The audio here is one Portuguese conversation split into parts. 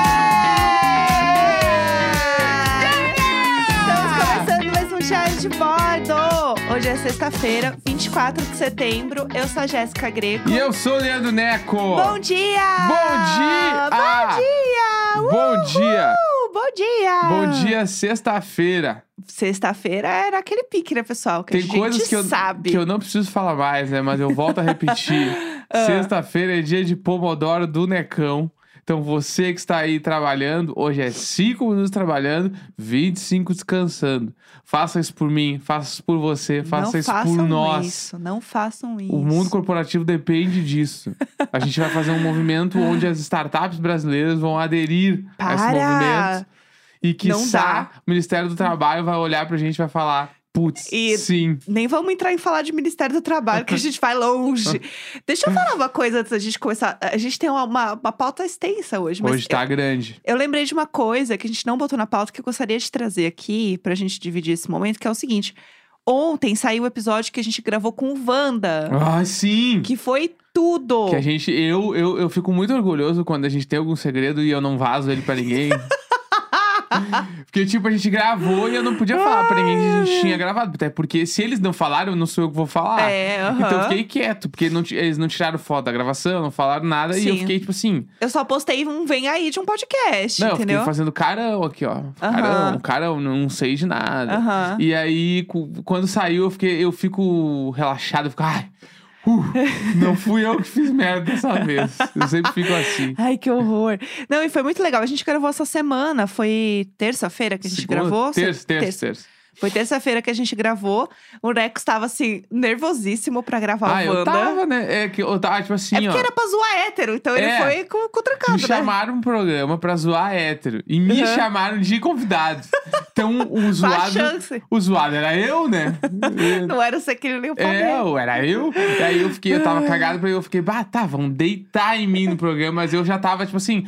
um Hoje é sexta-feira, 24 de setembro. Eu sou a Jéssica Greco. E eu sou o Leandro Neco. Bom dia! Bom dia! Bom dia! Ah! Bom dia! Uhul! Bom dia! Bom dia, sexta-feira. Sexta-feira era aquele pique, né, pessoal? Que a Tem gente coisas que eu, sabe. que eu não preciso falar mais, né? Mas eu volto a repetir. Ah. Sexta-feira é dia de Pomodoro do Necão. Então você que está aí trabalhando, hoje é 5 minutos trabalhando, 25 descansando. Faça isso por mim, faça isso por você, faça não isso façam por nós. Isso, não façam isso. O mundo corporativo depende disso. A gente vai fazer um movimento onde as startups brasileiras vão aderir a esse Para! movimento. E que Não dá. o Ministério do Trabalho vai olhar pra gente e vai falar: putz, E- sim. Nem vamos entrar em falar de Ministério do Trabalho, que a gente vai longe. Deixa eu falar uma coisa antes da gente começar. A gente tem uma, uma, uma pauta extensa hoje, mas Hoje tá grande. Eu lembrei de uma coisa que a gente não botou na pauta que eu gostaria de trazer aqui pra gente dividir esse momento, que é o seguinte. Ontem saiu o episódio que a gente gravou com o Wanda, Ah, sim! que foi tudo. Que a gente, eu, eu, eu fico muito orgulhoso quando a gente tem algum segredo e eu não vazo ele pra ninguém. Porque, tipo, a gente gravou e eu não podia falar pra ninguém que a gente tinha gravado. Até porque se eles não falaram, não sou eu que vou falar. É, aham. Então eu fiquei quieto, porque não ti- eles não tiraram foto da gravação, não falaram nada. E eu Sim. fiquei tipo assim, Eu só postei um vem aí de um podcast, não, eu entendeu? fiquei fazendo carão aqui, ó. Carão, carão, não sei de nada. Aham. E aí, cu- quando saiu, eu, fiquei, eu fico relaxado, eu fico, ai, uh, não fui eu que fiz merda dessa vez. Eu sempre fico assim. Ai, que horror. Não, e foi muito legal. A gente gravou essa semana, foi terça-feira que a gente Segunda- gravou. Terça, terça, terça. terça. Foi terça-feira que a gente gravou. O Rex tava assim, nervosíssimo pra gravar Ah, o Wanda. eu tava, né? É que eu tava, tipo assim, É porque ó. era pra zoar hétero, então ele É. foi com, com o trancado, Me né? chamaram um programa pra zoar hétero. E me Uhum. chamaram de convidado. Então, o Qual a zoado chance? O zoado era eu, né? Não era você que nem o É, Palmeiras. eu, era eu. E aí eu fiquei, eu tava cagado pra eu fiquei, bah, tá, vão deitar em mim no programa, mas eu já tava, tipo assim,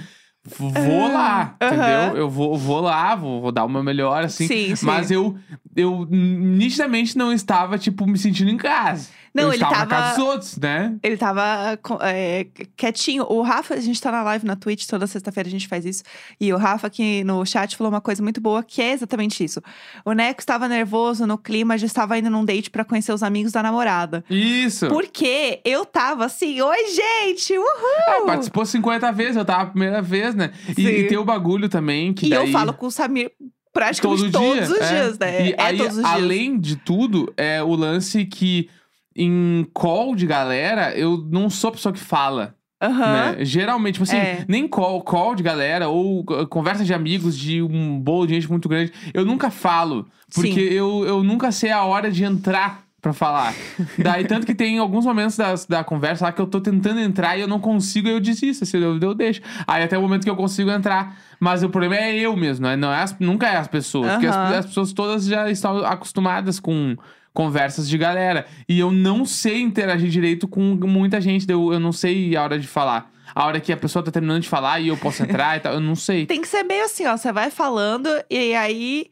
vou lá, Aham. entendeu? Eu vou, vou lá, vou, vou dar uma melhor, assim. Sim, sim. Mas eu, eu nitidamente não estava, tipo, me sentindo em casa. Não, eu ele estava na tava- casa dos outros, né? Ele tava co- é, quietinho. O Rafa, a gente tá na live na Twitch, toda sexta-feira a gente faz isso. E o Rafa aqui no chat falou uma coisa muito boa, que é exatamente isso. O Neco estava nervoso no clima, já estava indo num date pra conhecer os amigos da namorada. Isso. Porque eu tava assim, oi, gente! Uhul! Ah, Participou 50 vezes, eu tava a primeira vez, né? E, Sim. e tem o bagulho também que e daí... eu falo com o Samir praticamente todo todos dia, os é. dias, né? E é aí, todos os dias. além de tudo, é o lance que em call de galera, eu não sou a pessoa que fala, Aham. né? Geralmente, tipo assim, É. nem call, call de galera ou uh, conversa de amigos de um bolo de gente muito grande, eu nunca falo. Porque Sim. eu, eu nunca sei a hora de entrar pra falar. Daí, tanto que tem alguns momentos das- da, conversa lá que eu tô tentando entrar e eu não consigo, aí eu desisto, assim, eu, eu deixo. Aí até o momento que eu consigo entrar. Mas o problema é eu mesmo, né? Não é as- nunca é as pessoas. Porque as, Aham. as pessoas todas já estão acostumadas com conversas de galera. E eu não sei interagir direito com muita gente. daí Eu, eu não sei a hora de falar. A hora que a pessoa tá terminando de falar e eu posso entrar e tal. Eu não sei. Tem que ser meio assim, ó. Você vai falando e aí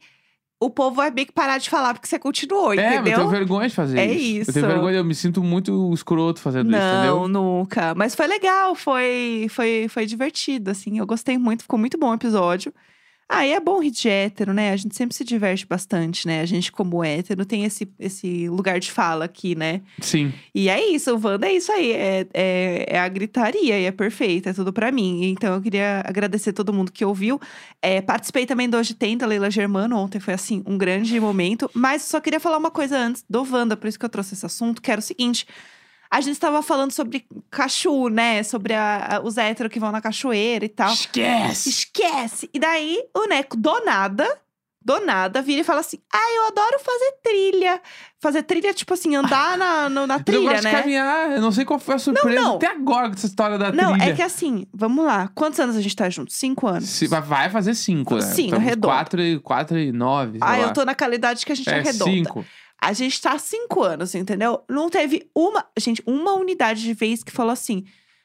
o povo vai meio que parar de falar porque você continuou, É, mas eu tenho entendeu? vergonha de fazer É isso. isso. Eu tenho vergonha, eu me sinto muito escroto fazendo isso, Não, entendeu? nunca. Mas foi legal, foi, foi, foi divertido, assim. Eu gostei muito, ficou muito bom o episódio. Ah, e é bom rir de hétero, né? A gente sempre se diverte bastante, né? A gente, como hétero, tem esse, esse lugar de fala aqui, né? Sim. E é isso, o Wanda é isso aí. É, é, é a gritaria e é perfeita, é tudo pra mim. Então eu queria agradecer todo mundo que ouviu. É, participei também do Hoje Tem, da Leila Germano. Ontem foi, assim, um grande momento. Mas só queria falar uma coisa antes do Wanda, por isso que eu trouxe esse assunto, que era o seguinte. A gente estava falando sobre cachu, né? Sobre a- a- os héteros que vão na cachoeira e tal. Esquece! Esquece! E daí o Neco, do nada, do nada, vira e fala assim: Ah, eu adoro fazer trilha. Fazer trilha, tipo assim, andar na, no- na eu trilha, gosto de né? caminhar, eu não sei qual foi a surpresa não. até agora com essa história da Não, trilha. é que assim, vamos lá. Quantos anos a gente tá junto? Cinco anos. Se- vai- vai fazer cinco, né? Cinco, Estamos redondo. Quatro e, quatro e nove, sei Ah, lá. eu tô na qualidade que a gente É, arredonda. cinco. A gente tá há cinco anos, entendeu? Não teve uma. Gente, uma unidade de vez que falou assim: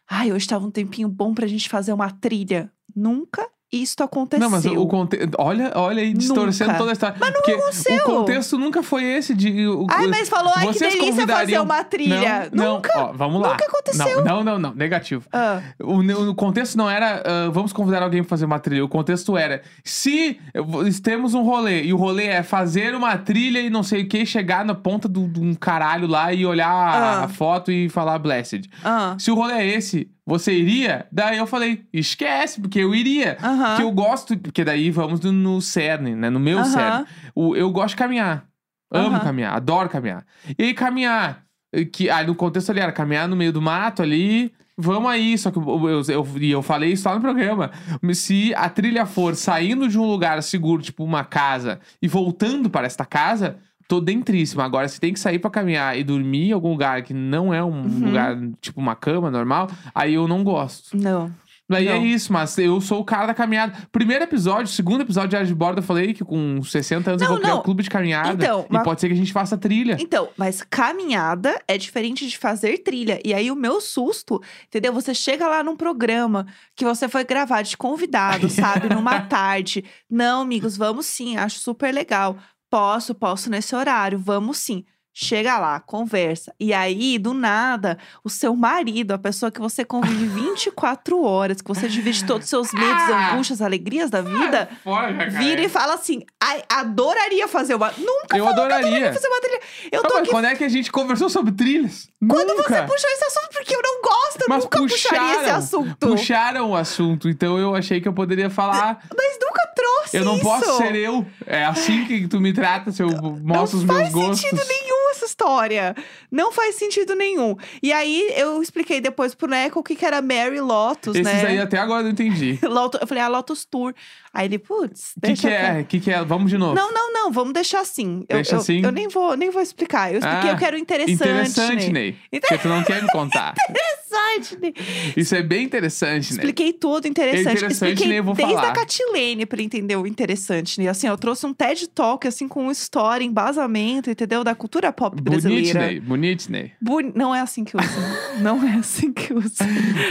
ai, hoje tava um tempinho bom pra gente fazer uma trilha. Nunca isto aconteceu. Não, mas o contexto. Olha, olha aí, distorcendo Nunca. toda a história. Mas não porque aconteceu. O contexto nunca foi esse de. O, Ai, mas falou, ai, que vocês delícia convidariam- fazer uma trilha. Não, não, Nunca. ó, vamos lá. nunca aconteceu. Não, não, não, não, negativo. Ah. O, o contexto não era ah, vamos convidar alguém pra fazer uma trilha. O contexto era se eu vou- temos um rolê e o rolê é fazer uma trilha e não sei o que, chegar na ponta do- de um caralho lá e olhar a- Ah. a foto e falar blessed. Ah. Se o rolê é esse, você iria? Daí eu falei, esquece, porque eu iria. Aham. Porque eu gosto, porque daí vamos no, no cerne, né? No meu Aham. cerne. O, eu gosto de caminhar. Amo Aham. caminhar, adoro caminhar. E aí caminhar, eh, que aí no contexto ali era caminhar no meio do mato ali. Vamos aí, só que eu, eu, eu, e eu falei isso lá no programa. Se a trilha for saindo de um lugar seguro, tipo uma casa, e voltando para esta casa, tô dentríssima. Agora, se tem que sair pra caminhar e dormir em algum lugar que não é um Uhum. lugar, tipo uma cama normal, aí eu não gosto. Não. Daí é Não. isso, mas eu sou o cara da caminhada. Primeiro episódio, segundo episódio de Área de Borda, eu falei que com 60 anos eu Não, vou criar não. um clube de caminhada. Então, e mas- pode ser que a gente faça trilha. Então, mas caminhada é diferente de fazer trilha. E aí o meu susto, entendeu? Você chega lá num programa que você foi gravar de convidado, sabe? Numa tarde. Não, amigos, vamos sim, acho super legal. Posso, posso nesse horário, vamos sim. Chega lá, conversa. E aí, do nada, o seu marido, a pessoa que você convive 24 horas, que você divide todos os seus medos, Ah! angústias, alegrias da vida, Fora, cara. vira e fala assim: "Ai, adoraria fazer uma. Nunca Eu falou que adoraria. adoraria fazer uma trilha. Eu Ah, tô mas aqui quando é que a gente conversou sobre trilhas? quando Nunca. você puxou esse assunto, porque eu não gosto, eu Mas nunca puxaria esse puxaram, assunto. Puxaram o assunto, então eu achei que eu poderia falar. Mas nunca trouxe Eu não isso. posso ser eu. É assim que tu me trata, se eu mostro os não meus faz gostos. sentido nenhum essa história. Não faz sentido nenhum. E aí eu expliquei depois pro Neco o que, que era Mary Lotus, Esses né? aí é até agora eu não entendi. Lotus, eu falei, ah, Lotus Tour. Aí ele, putz, O que, deixa que pra- é? O que, que é? Vamos de novo. Não, não, não, vamos deixar assim. Eu, Deixa eu- assim? eu nem vou, nem vou explicar. Eu expliquei, Ah, eu quero interessante. interessante, né? Ney. Porque tu não quer me contar. Interessante, né? Isso é bem interessante, Ney. Expliquei tudo interessante. É interessante, Expliquei né? Eu vou desde falar. a Catilene pra entender o interessante, né? Assim, eu trouxe um TED Talk, assim, com história, embasamento, entendeu? Da cultura pop Bonito, né? brasileira. Ney. Bonito, Ney. Boni- Não é assim que usa. Não é assim que usa.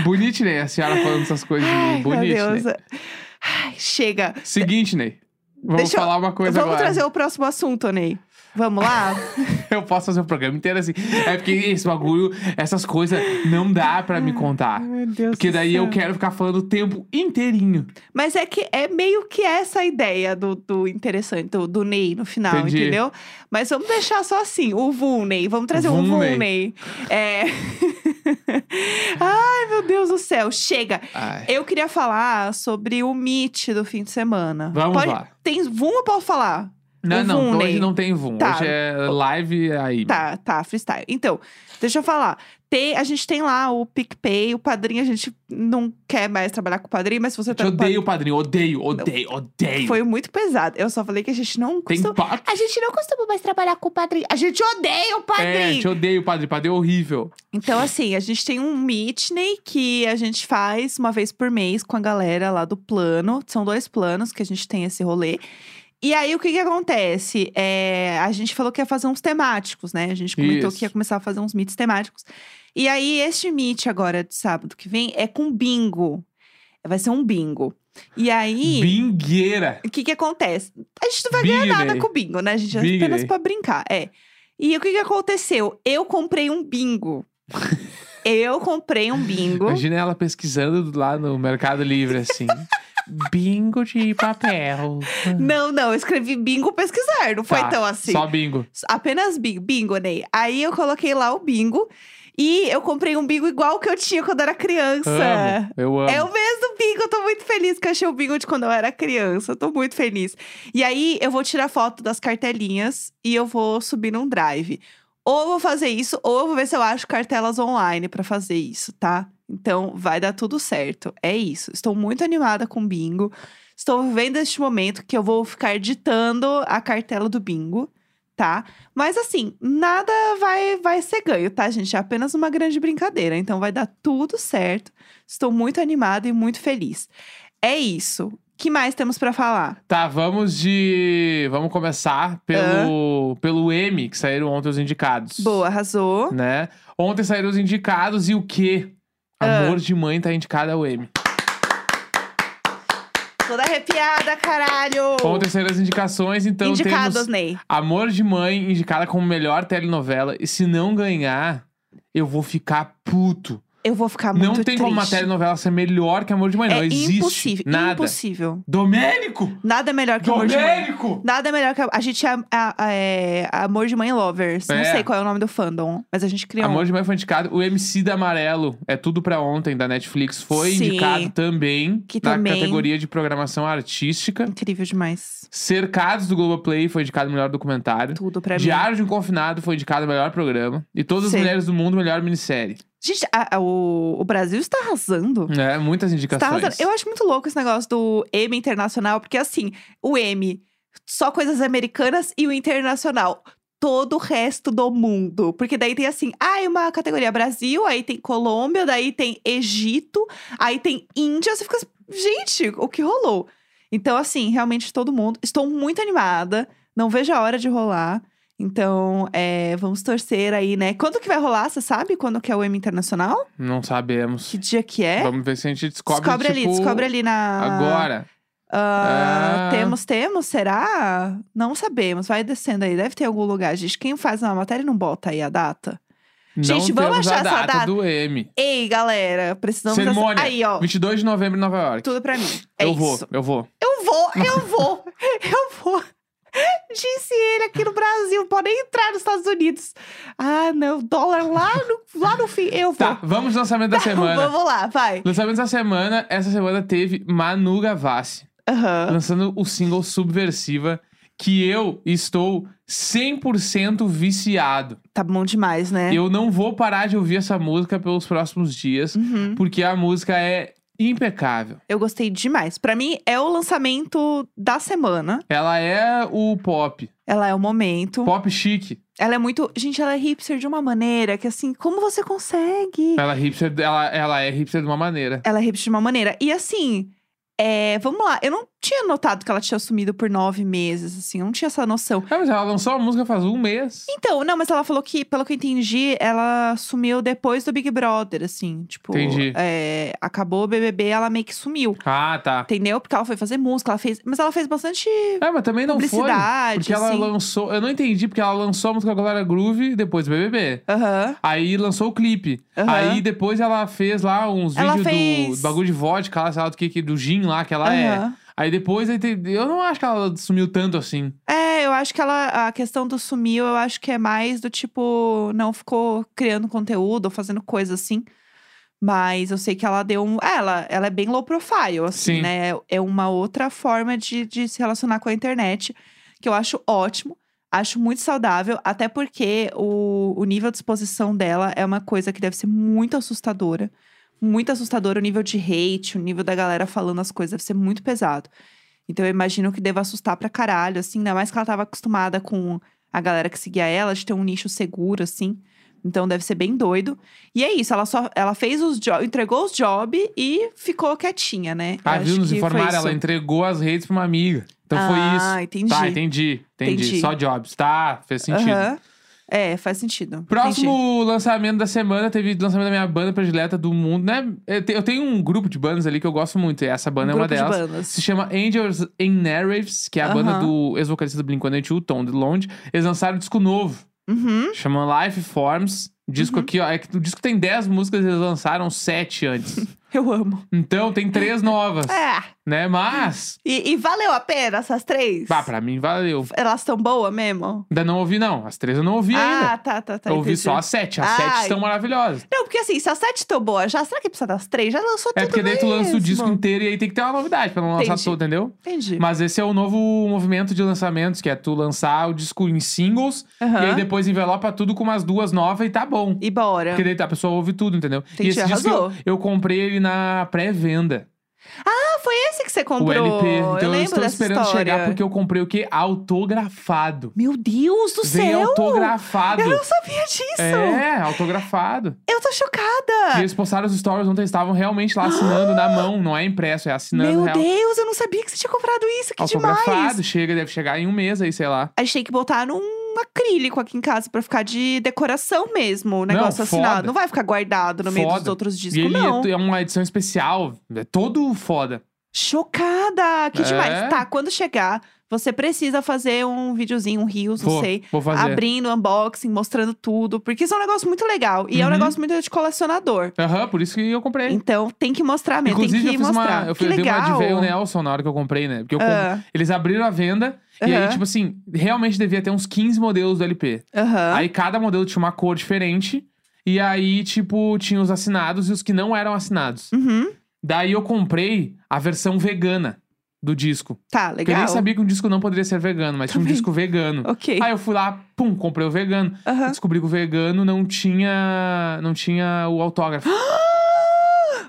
Bonito, Ney. A senhora falando essas coisas de Ai, mim. meu Bonito, né? Deus. Ney. Ai, chega. Seguinte, Ney. Vamos Deixa eu- falar uma coisa Vamos agora. trazer o próximo assunto, Ney. Vamos lá? Eu posso fazer o programa inteiro assim. É porque esse bagulho, essas coisas, não dá pra me contar. meu Deus Porque do daí céu. eu quero ficar falando o tempo inteirinho. Mas é que é meio que essa a ideia do, do interessante, do, do Ney no final, Entendi. entendeu? Mas vamos deixar só assim, o Vulney. Vamos trazer o Vulney. Vulney. É... Ai, meu Deus do céu, chega. Ai. Eu queria falar sobre o Meet do fim de semana. Vamos Pode- lá. Tem Vum ou posso falar? Não, O não, Vum, hoje Ney. não tem Vum. Tá. Hoje é live aí. Tá, tá, freestyle. Então, deixa eu falar. Tem, a gente tem lá o PicPay, o padrinho, a gente não quer mais trabalhar com o padrinho, mas se você tá Eu no Padrim- odeio o padrinho, odeio, odeio, odeio. Foi muito pesado. Eu só falei que a gente não Tem costuma. pa... A gente não costuma mais trabalhar com o padrinho. A gente odeia o É, padrinho. te odeio, o padrinho. Padrinho é horrível. Então, assim, a gente tem um Meetney que a gente faz uma vez por mês com a galera lá do plano. São dois planos que a gente tem esse rolê. E aí, o que que acontece? É, a gente falou que ia fazer uns temáticos, né? A gente comentou Isso. que ia começar a fazer uns meets temáticos. E aí, este meet agora de sábado que vem é com bingo. Vai ser um bingo. E aí. Bingueira. O que que acontece? A gente não vai Big ganhar nada Day. com o bingo, né? A gente é Big apenas Day. pra brincar, é. E o que que aconteceu? Eu comprei um bingo. Eu comprei um bingo. Imagina ela pesquisando lá no Mercado Livre, assim. bingo de papel. Não, não, eu escrevi bingo pesquisar, não foi Tá, tão assim. Só bingo. Apenas bingo, bingo, Ney. Aí eu coloquei lá o bingo e eu comprei um bingo igual que eu tinha quando era criança. Amo, eu amo. É o mesmo bingo, eu tô muito feliz que eu achei o bingo de quando eu era criança. Eu tô muito feliz. E aí, eu vou tirar foto das cartelinhas e eu vou subir num drive. Ou eu vou fazer isso, ou eu vou ver se eu acho cartelas online pra fazer isso, tá? Então, vai dar tudo certo. É isso. Estou muito animada com o bingo. Estou vivendo este momento que eu vou ficar ditando a cartela do bingo, tá? Mas assim, nada vai, vai ser ganho, tá, gente? É apenas uma grande brincadeira. Então, vai dar tudo certo. Estou muito animada e muito feliz. É isso. O que mais temos pra falar? Tá, vamos de. Vamos começar pelo, pelo M, que saíram ontem os indicados. Boa, arrasou. Né? Ontem saíram os indicados e o quê? Ah. Amor de mãe tá indicado ao M. Toda arrepiada, caralho! Vamos terceiro as indicações, então Indicados, temos Ney. Amor de Mãe, indicada como melhor telenovela. E se não ganhar, eu vou ficar puto. Eu vou ficar Tá muito não tem como uma triste. telenovela ser melhor que Amor de Mãe, não é existe. impossível. Nada. Impossível. Domênico! Nada é melhor que amor de mãe. Domênico! Nada é melhor que. A gente é, a- a- é Amor de Mãe Lovers. Não É. sei qual é o nome do fandom, mas a gente criou. um. Amor de Mãe foi indicado. O MC da Amarelo, é tudo pra ontem, da Netflix, foi Sim. indicado também Que na também- categoria de programação artística. um Incrível demais. Cercados do Globoplay foi indicado melhor documentário. Tudo pra mim. Diário de um Confinado foi indicado melhor programa. E Todas Sim. as Mulheres do Mundo, melhor minissérie. Gente, a- a- o, o Brasil está arrasando. É, muitas Está indicações. Tá arrasando. Eu acho muito louco esse negócio do M internacional, porque assim, o M, só coisas americanas e o internacional. Todo o resto do mundo. Porque daí tem assim, ah, é uma categoria Brasil, aí tem Colômbia, daí tem Egito, aí tem Índia. Você fica assim, gente, o que rolou? Então, assim, realmente todo mundo. Estou muito animada, não vejo a hora de rolar. Então, é, vamos torcer aí, né? Quando que vai rolar? Você sabe quando que é o M Internacional? Não sabemos. Que dia que é? Vamos ver se a gente descobre, descobre ali, tipo, descobre ali na. agora. Ah, Ah. Temos, temos? Será? Não sabemos. Vai descendo aí. Deve ter algum lugar, gente. Quem faz uma matéria não bota aí a data. Gente, não vamos temos achar a essa data, data? do M. Ei, galera, precisamos. dessa- Cerimônia. Aí, ó. 22 de novembro em Nova York. Tudo pra mim. É eu isso. vou, eu vou. Eu vou, eu vou, eu vou. Disse ele aqui no Brasil, pode nem entrar nos Estados Unidos. Ah, não, dólar lá no, lá no fim. Eu vou. Tá, vamos ao lançamento da semana. Vamos lá, vai. Lançamento da semana, essa semana teve Manu Gavassi Aham. lançando o single Subversiva, que eu estou 100% viciado. Tá bom demais, né? Eu não vou parar de ouvir essa música pelos próximos dias, Uhum. porque a música é impecável. Eu gostei demais. Pra mim, é o lançamento da semana. Ela é o pop, Ela é o momento. pop chique. Ela é muito. Gente, ela é hipster de uma maneira que, assim, como você consegue? Ela é hipster, ela, ela é hipster de uma maneira. Ela é hipster de uma maneira. E, assim, é, vamos lá. Eu não tinha notado que ela tinha sumido por nove meses, assim. Eu não tinha essa noção. Ah, mas ela lançou a música faz um mês. Então, não, mas ela falou que, pelo que eu entendi, ela sumiu depois do Big Brother, assim. Tipo, Entendi. é, acabou o BBB, ela meio que sumiu. Ah, tá. Entendeu? Porque ela foi fazer música, ela fez. Mas ela fez bastante É, mas também não foi. publicidade. Porque ela assim. lançou. Eu não entendi, porque ela lançou a música com a Glória Groove depois do BBB. Aham. Aí lançou o clipe. Aham. Aí depois ela fez lá uns Ela vídeos do, fez- do bagulho de vodka, lá, sei lá do que, que- do gin lá, que ela é. Aham. Aí depois. aí tem- Eu não acho que ela sumiu tanto assim. É, eu acho que ela. A questão do sumiu, eu acho que é mais do tipo. Não ficou criando conteúdo ou fazendo coisa assim. Mas eu sei que ela deu um. é, Ela, ela é bem low profile, assim, Sim. né? É uma outra forma de, de se relacionar com a internet, que eu acho ótimo. Acho muito saudável, até porque o, o nível de exposição dela é uma coisa que deve ser muito assustadora. Muito assustadora. O nível de hate, o nível da galera falando as coisas deve ser muito pesado. Então eu imagino que deva assustar pra caralho, assim, ainda mais que ela tava acostumada com a galera que seguia ela, de ter um nicho seguro, assim. Então deve ser bem doido. E é isso, ela só ela fez os jobs, entregou os jobs e ficou quietinha, né? Ah, Eu viu? acho Nos que foi informaram, isso. ela entregou as redes pra uma amiga. Então foi isso. Ah, entendi. Tá, entendi, entendi. Entendi. Só Jobs, tá? Fez sentido. Aham. É, faz sentido. Próximo Entendi. lançamento da semana, teve lançamento da minha banda predileta do mundo, né? Eu te- eu tenho um grupo de bandas ali que eu gosto muito, e essa banda é uma Um Grupo de delas. bandas. Se chama Angels in Narratives, que é a banda Aham. do ex-vocalista do Blink-182, Tom DeLonge. Eles lançaram um disco novo, Uhum. chama Life Forms. Disco aqui, ó, é que o disco tem 10 músicas, eles lançaram 7 antes. Eu amo. então tem três novas, É. né? Mas, E, e valeu a pena essas três? bah, pra mim valeu. Elas tão boas mesmo? Ainda não ouvi não, as três eu não ouvi ah, ainda. tá, tá, tá. eu ouvi entendi. só as sete, as Ah, sete estão maravilhosas. Não, porque assim, se as sete estão boas já, será que é precisa das três? Já lançou É tudo porque daí tu lança o disco mesmo. inteiro e aí tem que ter uma novidade pra não lançar Entendi. tudo, entendeu? Entendi. Mas esse é o novo movimento de lançamentos, que é tu lançar o disco em singles e aí Aham. depois envelopa tudo com umas duas novas e tá bom. E bora. Porque daí a pessoa ouve tudo, entendeu? Entendi, e esse disco eu, arrasou. eu comprei ele na pré-venda. Ah, foi esse que você comprou. O LP. Então eu eu, lembro estou dessa esperando história. chegar porque eu comprei o quê? Autografado. Meu Deus do Vem céu! autografado. Eu não sabia disso! É, autografado. Eu tô E chocada! eles postaram os stories ontem, eles estavam realmente lá assinando na mão, não é impresso, é assinando Meu real. Deus, eu não sabia que você tinha comprado isso, que demais! Autografado, chega, deve chegar em um mês aí, sei lá. A gente tem que botar num acrílico aqui em casa pra ficar de decoração mesmo, o negócio Não, assinado. foda. Não vai ficar guardado no meio Foda. dos outros e discos, ele é- não. é, uma edição especial, é todo foda. Chocada! Que É. demais. Tá, quando chegar, você precisa fazer um videozinho, um reels, não Vou, sei. vou fazer. Abrindo, unboxing, mostrando tudo. Porque isso é um negócio muito legal. E é um Uhum. negócio muito de colecionador. Aham, por isso que eu comprei. Então tem que mostrar mesmo, Inclusive, tem eu que fiz mostrar. uma. Eu, que fiz, eu dei uma de legal. velho Nelson na hora que eu comprei, né? Porque eu comprei. Ah, Eles abriram a venda e aí, Aham. tipo assim, realmente devia ter uns 15 modelos do LP. Aham. Aí cada modelo tinha uma cor diferente. E aí, tipo, tinha os assinados e os que não eram assinados. Uhum. Daí eu comprei a versão vegana do disco. Tá, Porque eu legal. nem sabia que um disco não poderia ser vegano, mas tinha um Também. disco vegano. Ok. Aí eu fui lá, pum, comprei o vegano. Aham. Descobri que o vegano não tinha. não tinha o autógrafo.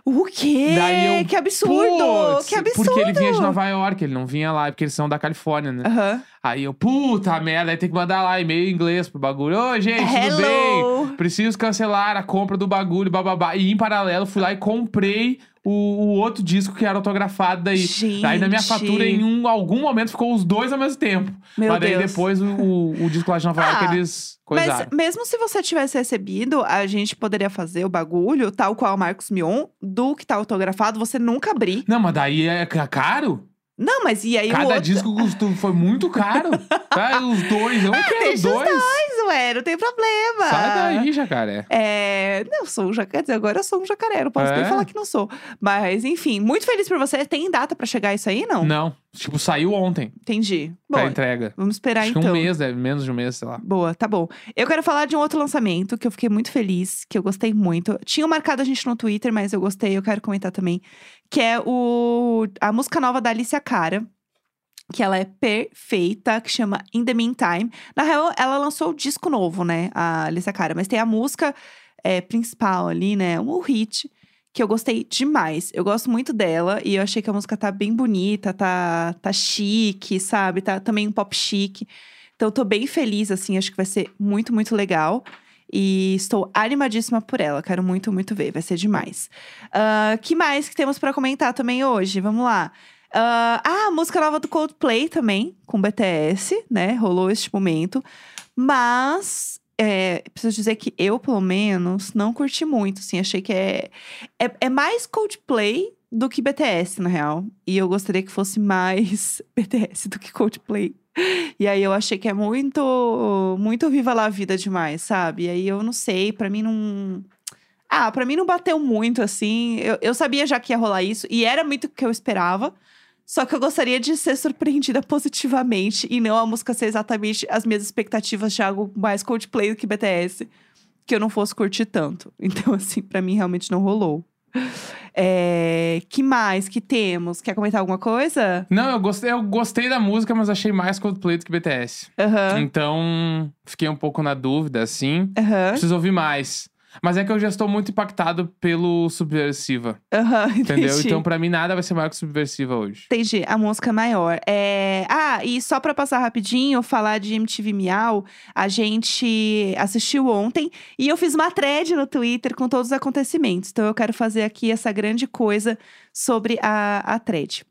O quê? Daí eu, que absurdo! Putz, que absurdo! Porque ele vinha de Nova York, ele não vinha lá, é porque eles são da Califórnia, né? Aham. Aí eu, puta merda, aí tem que mandar lá e-mail em inglês pro bagulho. Ô, gente, tudo bem? Hello! Preciso cancelar a compra do bagulho, bababá. E em paralelo, fui lá e comprei o, o outro disco que era autografado daí. Gente. Daí na minha fatura, em um, algum momento, ficou os dois ao mesmo tempo. Meu Mas daí Deus. depois o, o- o disco lá de Nova York, Ah, eles Mas coisaram. mesmo se você tivesse recebido, a gente poderia fazer o bagulho, tal qual o Marcos Mion, do que tá autografado, você nunca abrir. Não, mas daí é ca- caro? Não, mas e aí o Cada outro? disco custou, foi muito caro. tá, os dois, eu não quero Ah, deixa os dois. Mas, ué, não tem problema. Sai daí, jacaré. É, não, eu sou um jacaré. Quer dizer, agora eu sou um jacaré, não posso É? nem falar que não sou. Mas, enfim, muito feliz por você. Tem data pra chegar isso aí? Não? Não, tipo, saiu ontem Entendi. Bom, pra entrega. vamos esperar Acho que então. um mês, deve, menos de um mês, sei lá. Boa, tá bom. Eu quero falar de um outro lançamento que eu fiquei muito feliz, que eu gostei muito. Tinha marcado a gente no Twitter, mas eu gostei, eu quero comentar também. Que é o, a música nova da Alicia Cara, que ela é perfeita, que chama In The Meantime. Na real, ela lançou o disco novo, né, a Alicia Cara, mas tem a música é, principal ali, né, o hit. Que eu gostei demais. Eu gosto muito dela e eu achei que a música tá bem bonita, tá, tá chique, sabe? Tá também um pop chique. Então, eu tô bem feliz, assim, acho que vai ser muito, muito legal. E estou animadíssima por ela, quero muito, muito ver, vai ser demais. Ah, que mais que temos pra comentar também hoje? Vamos lá. Ah, ah, a música nova do Coldplay também, com BTS, né? Rolou este momento. Mas, é, preciso dizer que eu, pelo menos, não curti muito, assim. Achei que é, é, é mais Coldplay do que BTS, na real. E eu gostaria que fosse mais BTS do que Coldplay. E aí eu achei que é muito, muito viva lá a vida demais, sabe? E aí eu não sei, pra mim não. Ah, pra mim não bateu muito assim. Eu, eu sabia já que ia rolar isso e era muito o que eu esperava. Só que eu gostaria de ser surpreendida positivamente e não a música ser exatamente as minhas expectativas de algo mais Coldplay do que BTS, que eu não fosse curtir tanto. Então, assim, pra mim realmente não rolou. É, que mais que temos? Quer comentar alguma coisa? Não, eu gostei, eu gostei da música, mas achei mais Coldplay do que BTS. Aham. Então, fiquei um pouco na dúvida, assim. Aham. Preciso ouvir mais. Mas é que eu já estou muito impactado pelo Subversiva, Aham. entendeu? entendi. Então, pra mim, nada vai ser maior que Subversiva hoje. Entendi, a música é maior. É... Ah, e só pra passar rapidinho, falar de MTV Miau, a gente assistiu ontem e eu fiz uma thread no Twitter com todos os acontecimentos. Então eu quero fazer aqui essa grande coisa sobre a, a thread.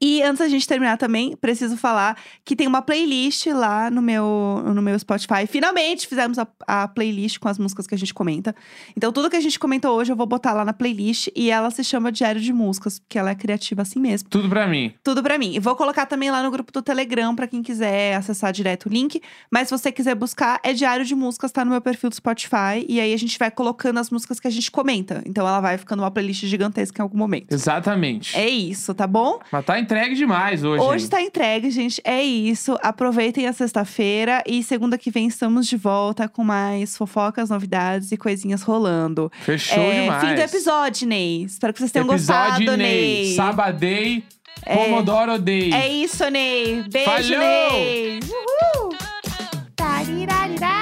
E antes da gente terminar também, preciso falar que tem uma playlist lá no meu, no meu Spotify. Finalmente fizemos a, a playlist com as músicas que a gente comenta. Então, tudo que a gente comentou hoje eu vou botar lá na playlist e ela se chama Diário de Músicas, porque ela é criativa assim mesmo Tudo pra mim. tudo pra mim. E vou colocar também lá no grupo do Telegram pra quem quiser acessar direto o link. Mas se você quiser buscar, é Diário de Músicas, tá no meu perfil do Spotify. E aí a gente vai colocando as músicas que a gente comenta. Então ela vai ficando uma playlist gigantesca em algum momento. Exatamente. É isso, tá bom? Mas tá entregue demais hoje. Hoje hein? tá entregue, gente. É isso. Aproveitem a sexta-feira e segunda que vem estamos de volta com mais fofocas, novidades e coisinhas rolando. Fechou é, demais. Fim do episódio, Ney. Espero que vocês tenham Episódio gostado, Ney. Ney. Sabadei. Pomodoro Day. É isso, Ney. Beijo, Falhou! Ney. Uhul. Tarirará.